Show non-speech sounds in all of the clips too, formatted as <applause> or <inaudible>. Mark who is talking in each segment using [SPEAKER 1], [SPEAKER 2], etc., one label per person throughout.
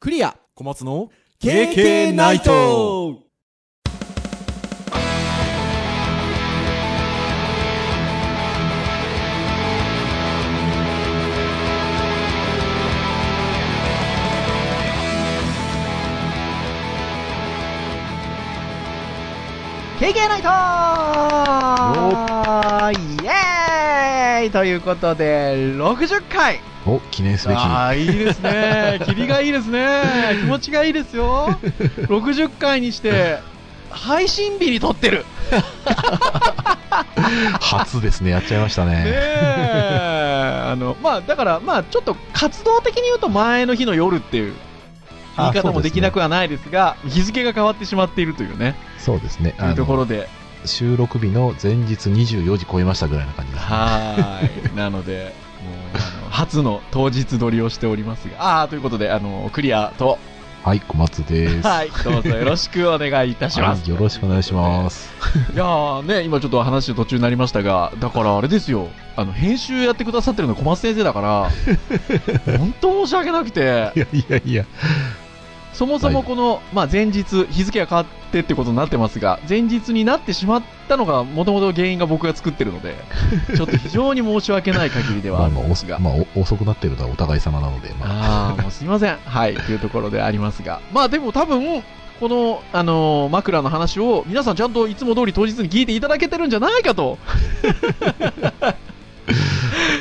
[SPEAKER 1] クリア
[SPEAKER 2] 小松の
[SPEAKER 1] KK ナイト
[SPEAKER 3] 経験ないとイエーイということで、60回
[SPEAKER 4] お、記念すべき。
[SPEAKER 3] ああ、いいです
[SPEAKER 4] <laughs>
[SPEAKER 3] ね。霧がいいですね。気持ちがいいですよ。60回にして、配信日に撮ってる。
[SPEAKER 4] 初ですね、やっちゃいました
[SPEAKER 3] ね
[SPEAKER 4] ね。
[SPEAKER 3] え。あの、まあ、だから、まあ、ちょっと活動的に言うと前の日の夜っていう言い
[SPEAKER 4] あそうで
[SPEAKER 3] 方
[SPEAKER 4] す
[SPEAKER 3] も
[SPEAKER 4] ね
[SPEAKER 3] できなくはないですが、日付が変わってしまっているというね、
[SPEAKER 4] そうですね。
[SPEAKER 3] とい
[SPEAKER 4] あ
[SPEAKER 3] うとこ
[SPEAKER 4] の、
[SPEAKER 3] ろで。
[SPEAKER 4] 収録日の前日24時超えましたぐらいな感じですね。
[SPEAKER 3] はーい。なので、もう、あの、初の当日撮りをしておりますが、あー、ということで、あの、クリアと、
[SPEAKER 4] はい、小松です。
[SPEAKER 3] はい、どうぞよろしくお願いいたします。
[SPEAKER 4] はいよろしくお願いします。
[SPEAKER 3] いやーね、今ちょっと話の途中になりましたが、だからあれですよ、あの、編集やってくださってるの小松先生
[SPEAKER 4] <laughs>
[SPEAKER 3] だから、本当申し訳なくて
[SPEAKER 4] い、やいやいや、
[SPEAKER 3] そもそもこの、まあ、前日、日付が変わってってことになってますが、前日になってしまったのが、もともと原因が僕が作ってるので、ちょっと非常に申し訳ない限りでは
[SPEAKER 4] ま
[SPEAKER 3] あ
[SPEAKER 4] あ
[SPEAKER 3] る
[SPEAKER 4] まあ
[SPEAKER 3] んです
[SPEAKER 4] <laughs>
[SPEAKER 3] が
[SPEAKER 4] お、まあお遅くなってるのはお互い様なので、まあ、
[SPEAKER 3] ああ、もうすいません。はい、というところでありますが。まあでも多分、この、あのー枕の話を皆さんちゃんといつも通り当日に聞いていただけてるんじゃないかと。
[SPEAKER 4] 淡い期待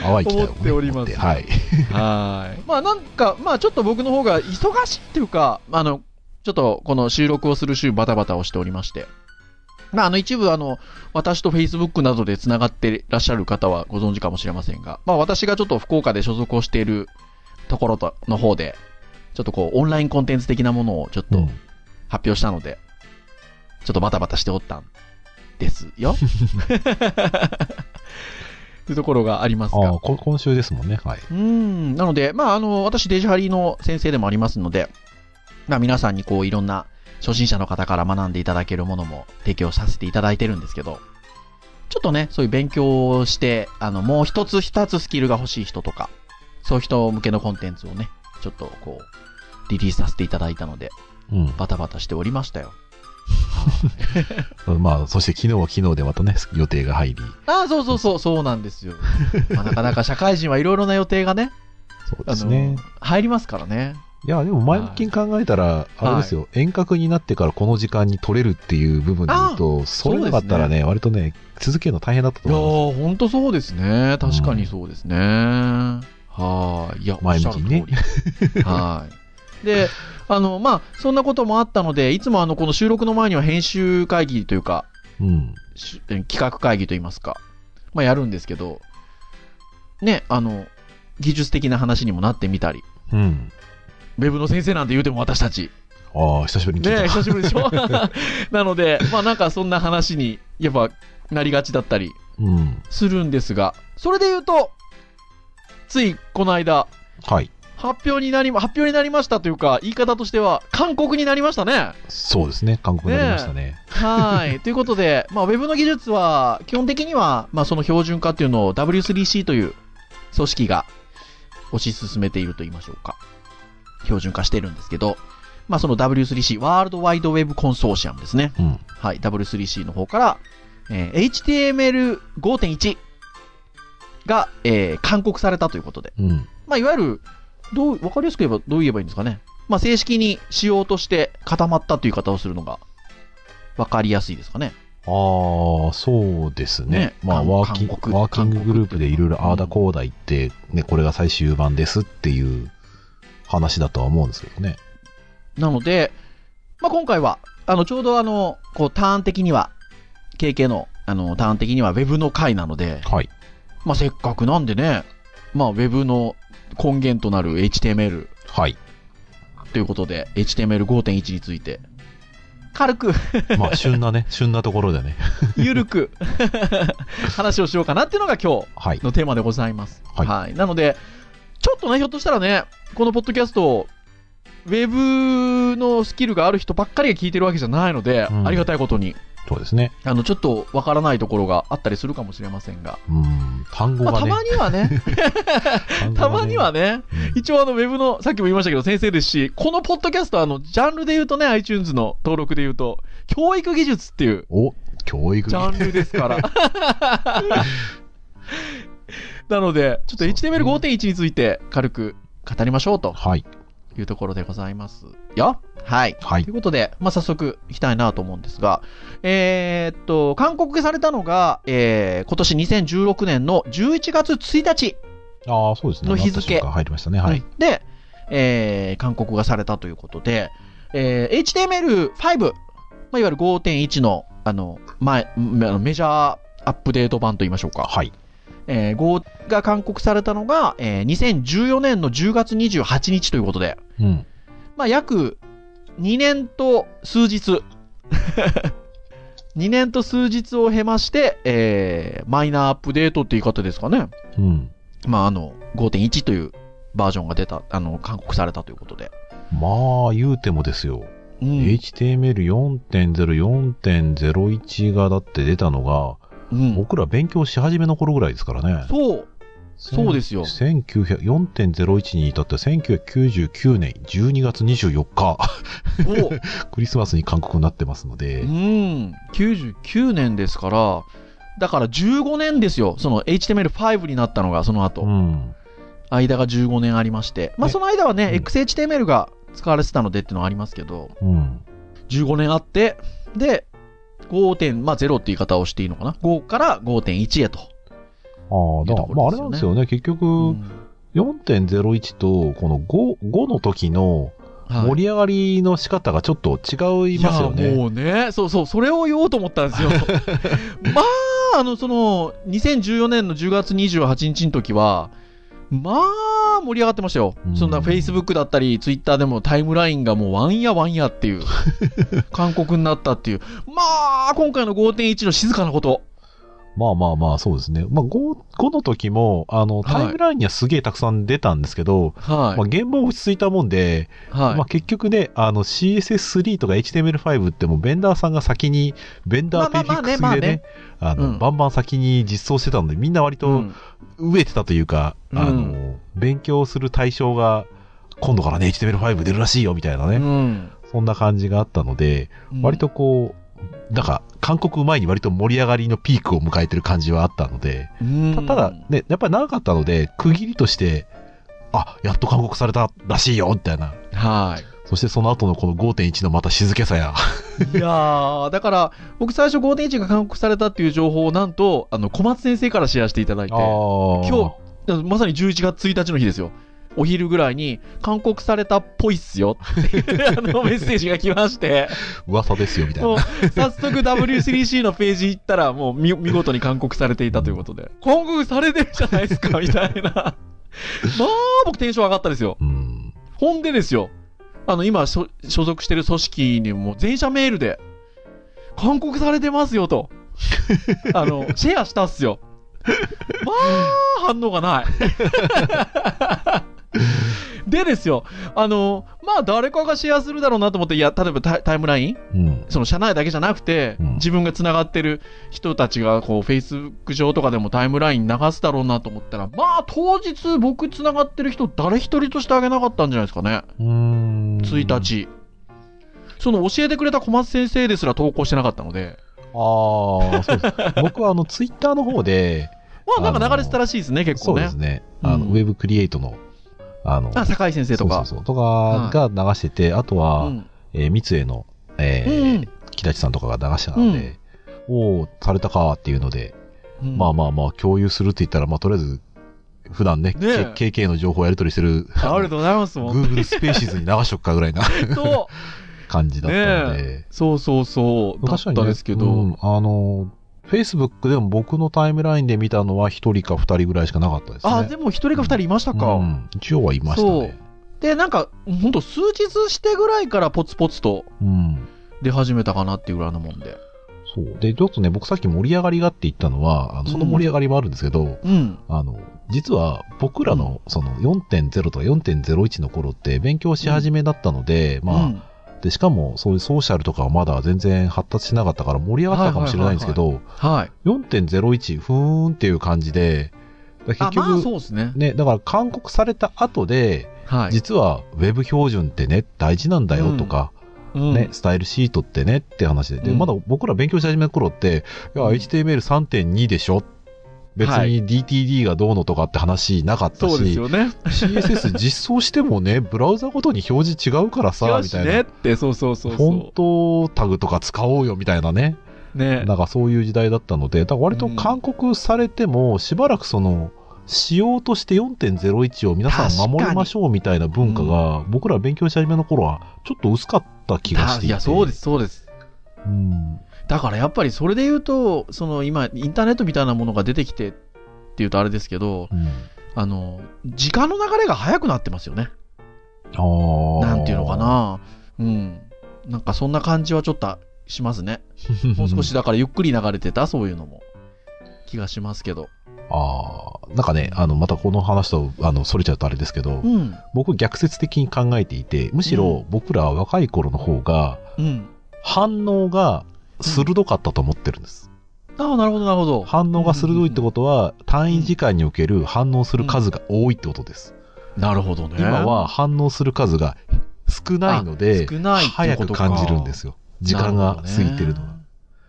[SPEAKER 4] を、ね、
[SPEAKER 3] 思っております
[SPEAKER 4] 持ってはい。
[SPEAKER 3] はい。まあなんか、まあちょっと僕の方が忙しいというか、あの、ちょっとこの収録をする週バタバタをしておりまして。まああの一部あの、私と Facebook などで繋がっていらっしゃる方はご存知かもしれませんが、まあ私がちょっと福岡で所属をしているところと、の方で、ちょっとこうオンラインコンテンツ的なものをちょっと、
[SPEAKER 4] うん
[SPEAKER 3] 発表したので、ちょっとバタバタしておったんです
[SPEAKER 4] <laughs>
[SPEAKER 3] よ。というところがあります
[SPEAKER 4] あ
[SPEAKER 3] が
[SPEAKER 4] あ。こ今週ですもんね。はい。
[SPEAKER 3] うん。なので、まあ、あの、私、デジハリの先生でもありますので、まあ、皆さんにこう、いろんな初心者の方から学んでいただけるものも提供させていただいてるんですけど、ちょっとね、そういう勉強をして、あの、もう一つ二つスキルが欲しい人とか、そういう人向けのコンテンツをね、ちょっとこう、リリースさせていただいたので、
[SPEAKER 4] うん。
[SPEAKER 3] バタバタしておりましたよ。
[SPEAKER 4] まあ、そして昨日は昨日でまたね、予定が入り、
[SPEAKER 3] ああ、そうそうそう、そうなんです <laughs> よ。まあ、なかなか社会人はいろいろな予定がね、
[SPEAKER 4] そう
[SPEAKER 3] あ
[SPEAKER 4] です
[SPEAKER 3] の、
[SPEAKER 4] ね。
[SPEAKER 3] 入りますからね。
[SPEAKER 4] いや、でも前向きに考えたら、あれですよ、遠隔になってからこの時間に取れるっていう部分で言うと、それなかったらね、割とね、続けるの大変だったと
[SPEAKER 3] いや
[SPEAKER 4] 思い
[SPEAKER 3] ー、ほんとそうですね。確かにそうですね。はーい。いや、
[SPEAKER 4] 前向きにね
[SPEAKER 3] おっしゃる <laughs> 通り。はーい。で、あの、まあ、そんなこともあったので、いつもあの、この収録の前には編集会議というか、
[SPEAKER 4] ます。うん。
[SPEAKER 3] し企画会議といいますか、まあ、やるんですけど、ね、あの、技術的な話にもなってみたり、
[SPEAKER 4] うん。
[SPEAKER 3] ウェブの先生なんて言うても私たち、
[SPEAKER 4] ああ、久しぶりに聞いた。
[SPEAKER 3] ねえ久しぶりでしょ <laughs> なので、まあなんかそんな話に、やっぱ、なりがちだったり
[SPEAKER 4] うん。
[SPEAKER 3] するんですが、それで言うと、ついこの間、
[SPEAKER 4] はい。
[SPEAKER 3] 発表になり、発表になりましたというか、言い方としては、韓国になりましたね。
[SPEAKER 4] そうですね、韓国になりましたね。
[SPEAKER 3] はい。 <laughs> ということで、まあ、ウェブの技術は、基本的には、まあ、その標準化っていうのを W3C という組織が推し進めていると言いましょうか。標準化してるんですけど、まあ、その W3C、ワールドワイドウェブコンソーシアムですね。
[SPEAKER 4] うん。
[SPEAKER 3] はい。W3C の方から、えー HTML5.1 が、えー、勧告されたということで、
[SPEAKER 4] うん。
[SPEAKER 3] まあ、いわゆる、どう、わかりやすく言えば、どう言えばいいんですかね。まあ、正式に仕様として固まったという言い方をするのが、わかりやすいですかね。
[SPEAKER 4] ああ、そうですね。
[SPEAKER 3] ね
[SPEAKER 4] まあ、
[SPEAKER 3] 韓
[SPEAKER 4] ワーキン
[SPEAKER 3] 韓国
[SPEAKER 4] ワーキンググループでいろいろああだこうだ言って、ね、これが最終版ですっていう話だとは思うんですけどね。
[SPEAKER 3] なので、まあ、今回は、あの、ちょうどあの、こう、ターン的には、KK の、あの、ターン的には Web の回なので、
[SPEAKER 4] はい。
[SPEAKER 3] まあ、せっかくなんでね、まあ、Web の根源となる HTML
[SPEAKER 4] はい。
[SPEAKER 3] ということで、HTML5.1 について、軽く、 <laughs>
[SPEAKER 4] まあ、旬なね、旬なところでね。
[SPEAKER 3] ゆるく、 <laughs> 話をしようかなっていうのが今日、
[SPEAKER 4] はい。
[SPEAKER 3] <laughs> のテーマでございます。は。
[SPEAKER 4] はいい
[SPEAKER 3] なので、ちょっとね、ひょっとしたらね、このポッドキャスト、ウェブのスキルがある人ばっかりが聞いてるわけじゃないので、
[SPEAKER 4] うん
[SPEAKER 3] ありがたいことに。
[SPEAKER 4] そうですね。
[SPEAKER 3] あの、ちょっとわからないところがあったりするかもしれませんが。
[SPEAKER 4] うん。単語
[SPEAKER 3] まあ、
[SPEAKER 4] が
[SPEAKER 3] た
[SPEAKER 4] ね。
[SPEAKER 3] まに
[SPEAKER 4] <laughs>
[SPEAKER 3] はね、
[SPEAKER 4] 単語がね
[SPEAKER 3] たまにはね、
[SPEAKER 4] うん
[SPEAKER 3] 一応あの、ウェブの、さっきも言いましたけど、先生ですし、このポッドキャストはあの、ジャンルで言うとね、iTunes の登録で言うと、教育技術っていう
[SPEAKER 4] お、教育
[SPEAKER 3] ジャンルですから。なので、ちょっと
[SPEAKER 4] そうね
[SPEAKER 3] HTML5.1 について軽く語りましょうと
[SPEAKER 4] はい。
[SPEAKER 3] いうところでございますよ。はい。
[SPEAKER 4] は
[SPEAKER 3] とい
[SPEAKER 4] い。
[SPEAKER 3] うことで、まあ、早速いきたいなと思うんですが、えーっと、韓国化されたのが、えー今年2016年の11月1日、
[SPEAKER 4] ああ、そうですね。
[SPEAKER 3] の日付
[SPEAKER 4] なった瞬間入りましたね。はい。
[SPEAKER 3] で、えー韓国化されたということで、えー HTML5、まあ、いわゆる5.1のあの前めあのメジャーアップデート版といいましょうか、
[SPEAKER 4] はい。
[SPEAKER 3] えー5が勧告されたのが、えー2014年の10月28日ということで、
[SPEAKER 4] うん。
[SPEAKER 3] まあ、約2年と数 <laughs> 日。2年と数日を経まして、えーマイナーアップデートって言い方ですかね。
[SPEAKER 4] うん。
[SPEAKER 3] まあ、あの、5.1というバージョンが出た、あの、勧告されたということで。
[SPEAKER 4] まあ、言うてもですよ。
[SPEAKER 3] うん。
[SPEAKER 4] HTML4.0、4.01がだって出たのが、
[SPEAKER 3] うん、
[SPEAKER 4] 僕ら勉強し始めの頃ぐらいですからね。
[SPEAKER 3] そう。そうですよ
[SPEAKER 4] 1900 4.01に至って1999年12月24日、 <laughs>
[SPEAKER 3] お
[SPEAKER 4] クリスマスに韓国になってますので
[SPEAKER 3] う、ん。99年ですから、だから15年ですよ。その HTML5 になったのが、その後。
[SPEAKER 4] うん。
[SPEAKER 3] 間が15年ありまして。まあ、
[SPEAKER 4] ね
[SPEAKER 3] その間はね、
[SPEAKER 4] うん
[SPEAKER 3] XHTML が使われてたのでっていうのはありますけど。
[SPEAKER 4] うん。
[SPEAKER 3] 15年あって、で、5.0、まあ、0って言い方をしていいのかな ?5 から5.1へと。
[SPEAKER 4] ああ、だから、まああ
[SPEAKER 3] い
[SPEAKER 4] れ
[SPEAKER 3] うところですよね
[SPEAKER 4] なんですよね。結局、
[SPEAKER 3] うん
[SPEAKER 4] 4.01と、この5、5の時の
[SPEAKER 3] はい
[SPEAKER 4] 盛り上がりの仕方がちょっと違いますよね。
[SPEAKER 3] いやもうね、そうそう、それを言おうと思った
[SPEAKER 4] <laughs>
[SPEAKER 3] んですよ。まあ、あの、その、2014年の10月28日の時は、まあ、盛り上がってましたよ。
[SPEAKER 4] うん
[SPEAKER 3] そんな Facebook だったり、Twitter でもタイムラインがもうワンやワンやっ
[SPEAKER 4] <laughs>
[SPEAKER 3] ていう、韓国になったっていう。まあ、今回の5.1の静かなこと。
[SPEAKER 4] まあまあまあ、そうですね。まあ5、5の時も、あの、
[SPEAKER 3] はい
[SPEAKER 4] タイムラインにはすげえたくさん出たんですけど、
[SPEAKER 3] はい。
[SPEAKER 4] まあ現場落ち着いたもんで、
[SPEAKER 3] はい
[SPEAKER 4] まあ結局ね、あの CSS3 とか HTML5 ってもうベンダーさんが先に、ベンダーペ
[SPEAKER 3] まあ
[SPEAKER 4] ーフ
[SPEAKER 3] ま
[SPEAKER 4] ィ
[SPEAKER 3] あまあ
[SPEAKER 4] ッ
[SPEAKER 3] ね
[SPEAKER 4] クスでね、あ
[SPEAKER 3] うん
[SPEAKER 4] の、バンバン先に実装してたので、みんな割
[SPEAKER 3] う
[SPEAKER 4] と
[SPEAKER 3] ん
[SPEAKER 4] 飢えてたというか、
[SPEAKER 3] うん
[SPEAKER 4] あの、勉強する対象が、今度からね、HTML5 出るらしいよ、みたいなね、
[SPEAKER 3] うん
[SPEAKER 4] そんな感じがあったので、
[SPEAKER 3] うん
[SPEAKER 4] 割とこう、なんか、韓国前に割と盛り上がりのピークを迎えてる感じはあったので、
[SPEAKER 3] うん
[SPEAKER 4] たただね、やっぱり長かったので、区切りとして、あ、やっと勧告されたらしいよ、みたいな。
[SPEAKER 3] は
[SPEAKER 4] そしてその後のこの5.1のまた静けさや。
[SPEAKER 3] い。いやー、だから、僕最初5.1が勧告されたっていう情報を、なんと、あの、小松先生からシェアしていただいて、あ
[SPEAKER 4] 今
[SPEAKER 3] 今のまさに11月1日の日ですよ。お昼ぐらいに、勧告されたっぽいっすよっていうあのメッセージが来まして、
[SPEAKER 4] 噂ですよ、みたい
[SPEAKER 3] もう、
[SPEAKER 4] な。
[SPEAKER 3] 早速 W3C のページ行ったら、もう見、見事に勧告されていたということで、勧告されてるじゃないですか、みたいな。まあ、僕テンション上がったですよ。
[SPEAKER 4] うん。
[SPEAKER 3] ほんでですよ、あの、今所、所属してる組織にも全社メールで、勧告されてますよと、 <laughs> あの、シェアしたっすよ。 <laughs> まあ、反応がない。 <laughs> でですよ、あの、まあ、誰かがシェアするだろうなと思って、いや、例えばタイタイムライン
[SPEAKER 4] うん。
[SPEAKER 3] その社内だけじゃなくて、
[SPEAKER 4] うん
[SPEAKER 3] 自分がつながってる人たちがこう Facebook 上とかでもタイムライン流すだろうなと思ったらまあ当日僕つながってる人誰一人としてあげなかったんじゃないですかね
[SPEAKER 4] うん。
[SPEAKER 3] 1。日、その教えてくれた小松先生ですら投稿してなかったので
[SPEAKER 4] ああ、そうです。
[SPEAKER 3] <laughs>
[SPEAKER 4] 僕はあの、ツイッターの方で、
[SPEAKER 3] まあなんか流れてたらしいですね結
[SPEAKER 4] そ
[SPEAKER 3] 構
[SPEAKER 4] う
[SPEAKER 3] ね
[SPEAKER 4] ですね。あの、
[SPEAKER 3] うん
[SPEAKER 4] ウェブクリエイトの、あの、
[SPEAKER 3] あ酒井先生とか
[SPEAKER 4] そうそうそうとかが流してて、あとは、
[SPEAKER 3] うん
[SPEAKER 4] えー三井の、え
[SPEAKER 3] う
[SPEAKER 4] ー
[SPEAKER 3] ん
[SPEAKER 4] 木立さんとかが流したので、おおされたかっていうので、
[SPEAKER 3] うん
[SPEAKER 4] まあまあまあ、共有するって言ったら、まあとりあえず、普段ね、
[SPEAKER 3] ね
[SPEAKER 4] K- KK の情報やり取りしてる、
[SPEAKER 3] ありがとうございますもん
[SPEAKER 4] Google スペーシーズに流しとくかぐらいな <laughs>
[SPEAKER 3] と
[SPEAKER 4] 感じだったので。
[SPEAKER 3] そうそうそうだっ
[SPEAKER 4] 確かにね
[SPEAKER 3] たですけど、
[SPEAKER 4] うんあの、Facebook でも僕のタイムラインで見たのは一人か二人ぐらいしかなかったですね。
[SPEAKER 3] あでも一人か二人いましたか、
[SPEAKER 4] うん一応はいましたね。
[SPEAKER 3] でなんかほんと数日してぐらいからポツポツと
[SPEAKER 4] うん。
[SPEAKER 3] 出始めたかなっていうぐらいのもんで
[SPEAKER 4] そう。で、ちょっとね、僕さっき盛り上がりがって言ったのは、あのその盛り上がりもあるんですけど、
[SPEAKER 3] うん
[SPEAKER 4] あの、実は僕らのその4.0とか4.01の頃って勉強し始めだったので、まあ、
[SPEAKER 3] うん
[SPEAKER 4] で、しかもそういうソーシャルとかはまだ全然発達しなかったから盛り上がったかもしれないんですけど、
[SPEAKER 3] はい。
[SPEAKER 4] 4.01ふーんっていう感じで、だから
[SPEAKER 3] あ、
[SPEAKER 4] 結
[SPEAKER 3] まあ
[SPEAKER 4] 局、
[SPEAKER 3] そうですね。
[SPEAKER 4] ね、だから勧告された後で、
[SPEAKER 3] はい。
[SPEAKER 4] 実はウェブ標準ってね、大事なんだよとか、
[SPEAKER 3] うん
[SPEAKER 4] ね、スタイルシートってねって話で、で
[SPEAKER 3] うん
[SPEAKER 4] まだ僕ら勉強し始めた頃って、いや、
[SPEAKER 3] うん
[SPEAKER 4] HTML3.2 でしょ別
[SPEAKER 3] は
[SPEAKER 4] に DTD がどうのとかって話なかった
[SPEAKER 3] そうです
[SPEAKER 4] し、
[SPEAKER 3] よね。
[SPEAKER 4] CSS 実装しても
[SPEAKER 3] <laughs>
[SPEAKER 4] ね、ブラウザごとに表示違うからさ、
[SPEAKER 3] よ
[SPEAKER 4] み
[SPEAKER 3] した
[SPEAKER 4] いな。
[SPEAKER 3] ねって、そうそうそう
[SPEAKER 4] フォン
[SPEAKER 3] そ
[SPEAKER 4] トタグとか使おうよみたいなね。
[SPEAKER 3] う。
[SPEAKER 4] <laughs>
[SPEAKER 3] ね。
[SPEAKER 4] なんかそういう時代だったので、だから割と勧告されても、しばらくその、仕様として4.01を皆さん守りましょうみたいな文化が、僕ら勉強し始めの頃は、ちょっと薄かった気がしていて。
[SPEAKER 3] いや、そうです、そうです。
[SPEAKER 4] うん。
[SPEAKER 3] だからやっぱりそれで言うと、その今、インターネットみたいなものが出てきてっていうとあれですけど、
[SPEAKER 4] うん。
[SPEAKER 3] あの、時間の流れが早くなってますよね。
[SPEAKER 4] ああ。
[SPEAKER 3] なんていうの
[SPEAKER 4] <laughs>
[SPEAKER 3] か。な。うん。なんかそんな感じはちょっとしますね。もう少し。だからゆっくり流れてた、そういうのも。気がしますけど。
[SPEAKER 4] ああ。なんかね、あの、またこの話と、あの、それちゃうとあれですけど
[SPEAKER 3] う、ん。
[SPEAKER 4] 僕逆説的に考えていて、むしろ僕らは若い頃の方が、
[SPEAKER 3] うん。
[SPEAKER 4] 反応が鋭かったと思ってるんです。
[SPEAKER 3] ああ、なるほど、なるほど。
[SPEAKER 4] 反応が鋭いってことは、単位時間における反応する数が多いってことです。
[SPEAKER 3] なるほどね。
[SPEAKER 4] 今は反応する数が少ないので、
[SPEAKER 3] 少ないって
[SPEAKER 4] 早
[SPEAKER 3] こ
[SPEAKER 4] く
[SPEAKER 3] とか
[SPEAKER 4] 感じるんですよ。時間が過ぎてるの
[SPEAKER 3] なほど
[SPEAKER 4] が。
[SPEAKER 3] ね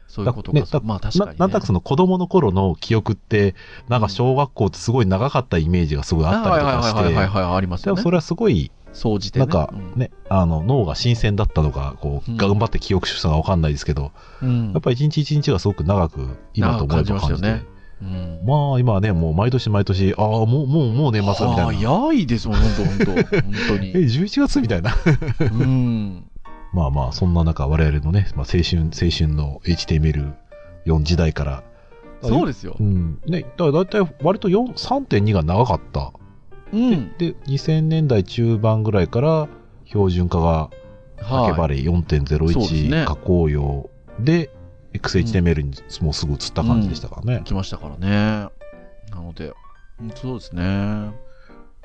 [SPEAKER 3] そういうこと
[SPEAKER 4] だ
[SPEAKER 3] か。
[SPEAKER 4] ねだ
[SPEAKER 3] まあ確か
[SPEAKER 4] な
[SPEAKER 3] に、ね。
[SPEAKER 4] なんとなくその子供の頃の記憶って、なんか小学校ってすごい長かったイメージがすごいあったりとか
[SPEAKER 3] はいはいはい
[SPEAKER 4] して、
[SPEAKER 3] はいはい、あります
[SPEAKER 4] で
[SPEAKER 3] よ
[SPEAKER 4] も
[SPEAKER 3] ね
[SPEAKER 4] そ。れはすごい、
[SPEAKER 3] 掃除で、
[SPEAKER 4] な
[SPEAKER 3] ね。
[SPEAKER 4] んかね、あの、脳が新鮮だったのか、こ
[SPEAKER 3] うん
[SPEAKER 4] う、頑張って記憶したのかわかんないですけど、
[SPEAKER 3] うん。うん
[SPEAKER 4] やっぱり一日一日がすごく長く、今と思えば
[SPEAKER 3] 長く感じ
[SPEAKER 4] 感
[SPEAKER 3] ま
[SPEAKER 4] じ
[SPEAKER 3] すよ
[SPEAKER 4] て
[SPEAKER 3] ね。うん
[SPEAKER 4] まあ今はね、もう毎年毎年、ああ、もう、もう、もう年末だみたいな。
[SPEAKER 3] 早いですもん、本当本当本当
[SPEAKER 4] え、
[SPEAKER 3] に。
[SPEAKER 4] 11月みたいな。 <laughs>
[SPEAKER 3] うん。
[SPEAKER 4] まあまあ、そんな中、我々のね、まあ、青春、青春の HTML4 時代から。
[SPEAKER 3] そう
[SPEAKER 4] で
[SPEAKER 3] ですよ
[SPEAKER 4] す。う。ん。ね、だだいたい割と4 3.2が長かった。
[SPEAKER 3] うん。
[SPEAKER 4] で、2000年代中盤ぐらいから、標準化が、
[SPEAKER 3] は
[SPEAKER 4] 竹バレ
[SPEAKER 3] そうです
[SPEAKER 4] 4.01
[SPEAKER 3] ね
[SPEAKER 4] 加工用で、XHTML にもうすぐ移った感じでしたからね。
[SPEAKER 3] 来ましたからね。なので、うんそうですね。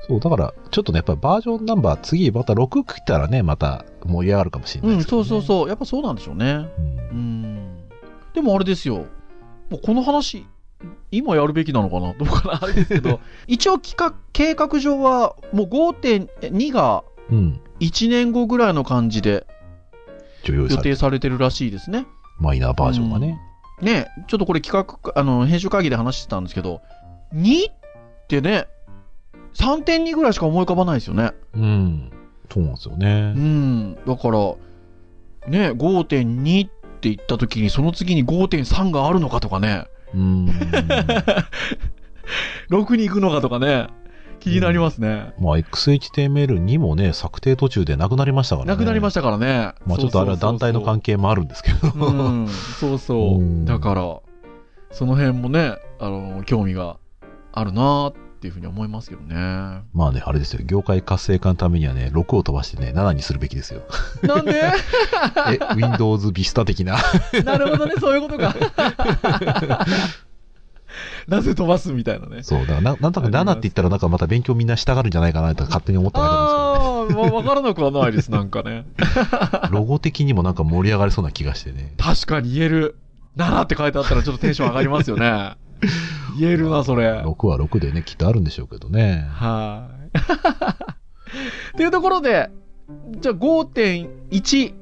[SPEAKER 4] そう、だから、ちょっとね、やっぱりバージョンナンバー、次また6来たらね、また盛り上がるかもしれな
[SPEAKER 3] う
[SPEAKER 4] いで
[SPEAKER 3] ん、
[SPEAKER 4] すけど、
[SPEAKER 3] そう
[SPEAKER 4] ね。
[SPEAKER 3] そうそう。やっぱそうなんでしょうね。
[SPEAKER 4] うん。
[SPEAKER 3] うん。でもあれですよ。もうこの話、今やるべきなのかなどうかなあれですけど、一応企画、計画上は、もう5.2が
[SPEAKER 4] うん。
[SPEAKER 3] 1年後ぐらいの感じで
[SPEAKER 4] 一応用意
[SPEAKER 3] 予
[SPEAKER 4] され
[SPEAKER 3] 定
[SPEAKER 4] て
[SPEAKER 3] されてるらしいですね。
[SPEAKER 4] マイナーバージョンがね。
[SPEAKER 3] ねちょっとこれ企画、あの、編集会議で話してたんですけど、2ってね、3.2ぐらいしか思い浮かばないですよね。
[SPEAKER 4] うん。そうなんですよ
[SPEAKER 3] う
[SPEAKER 4] ね。
[SPEAKER 3] ん。だから、ね5.2って言った時に、その次に5.3があるのかとかね、
[SPEAKER 4] うん。
[SPEAKER 3] 6に行くのかとかね、気になりますね。
[SPEAKER 4] まあ、XHTML2 もね、策定途中でなくなりましたからね。
[SPEAKER 3] なくなりま
[SPEAKER 4] し
[SPEAKER 3] したからね。
[SPEAKER 4] まあ、ちょっとあれは団体の関係もあるんですけど。
[SPEAKER 3] うん、そうそうう。
[SPEAKER 4] ん
[SPEAKER 3] だから、その辺もね、あの、興味があるなーっていうふうに思いますけどね。
[SPEAKER 4] <laughs> まあね、あれですよ。業界活性化のためにはね、6を飛ばしてね、7にするべきです
[SPEAKER 3] <laughs>
[SPEAKER 4] よ。
[SPEAKER 3] なんで
[SPEAKER 4] え、Windows Vista 的
[SPEAKER 3] <laughs>
[SPEAKER 4] な。
[SPEAKER 3] なるほどね、そういうことか。 <laughs> なぜ飛ばすみたいなね。
[SPEAKER 4] そう、だからな、なんとなく7って言ったら、なんかまた勉強みんなしたがるんじゃないかなとか勝手に思っただけなんですけど。
[SPEAKER 3] ああ、わわからなくはないです、なんかね。 <laughs>
[SPEAKER 4] ロゴ的にもなんか盛り上がりそうな気がしてね。
[SPEAKER 3] 確かに言える。7って書いてあったらちょっとテンション上がりますよね。
[SPEAKER 4] <laughs>
[SPEAKER 3] 言えるな、それ。はい。
[SPEAKER 4] 6は6でね、きっとあるんでしょうけどね。
[SPEAKER 3] っていうところで、じゃあ5.1、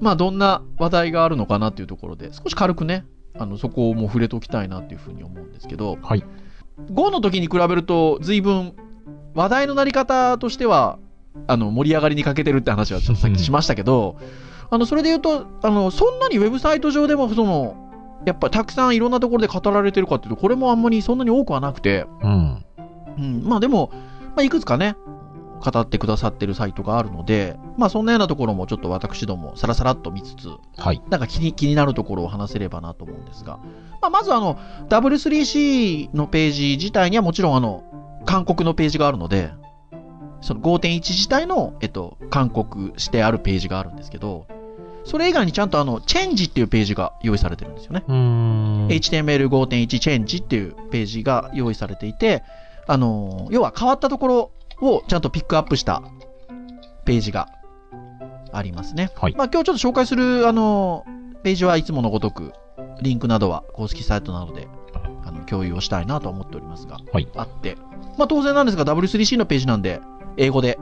[SPEAKER 3] まあどんな話題があるのかなっていうところで、少し軽くね、あのそこをもう触れておきたいなっていうふうに思うんですけど、
[SPEAKER 4] はい。
[SPEAKER 3] 5の時に比べると随分話題のなり方としてはあの盛り上がりに欠けてるって話はちょ
[SPEAKER 4] <laughs>
[SPEAKER 3] っとさっきしましたけどあのそれで言うとあのそんなにウェブサイト上でもそのやっぱたくさんいろんなところで語られてるかっていうとこれもあんまりそんなに多くはなくて、
[SPEAKER 4] うん。
[SPEAKER 3] うん、まあでも、まあ、いくつかね語ってくださってるサイトがあるのでまあそんなようなところもちょっと私どもさらさらっと見つつ
[SPEAKER 4] はい。
[SPEAKER 3] なんか気に気になるところを話せればなと思うんですが、まあ、まずあの W3C のページ自体にはもちろんあの韓国のページがあるのでその5.1自体の、えっと、韓国してあるページがあるんですけどそれ以外にちゃんとあのチェンジっていうページが用意されてるんですよね、
[SPEAKER 4] うーん
[SPEAKER 3] HTML5.1 チェンジっていうページが用意されていてあの要は変わったところをちゃんとピックアップしたページがありますね。
[SPEAKER 4] はい
[SPEAKER 3] まあ、今日ちょっと紹介する、あの、ページはいつものごとく、リンクなどは公式サイトなどで、あの、共有をしたいなと思っておりますが、
[SPEAKER 4] はい
[SPEAKER 3] あって、まあ、当然なんですが、W3C のページなんで、英語で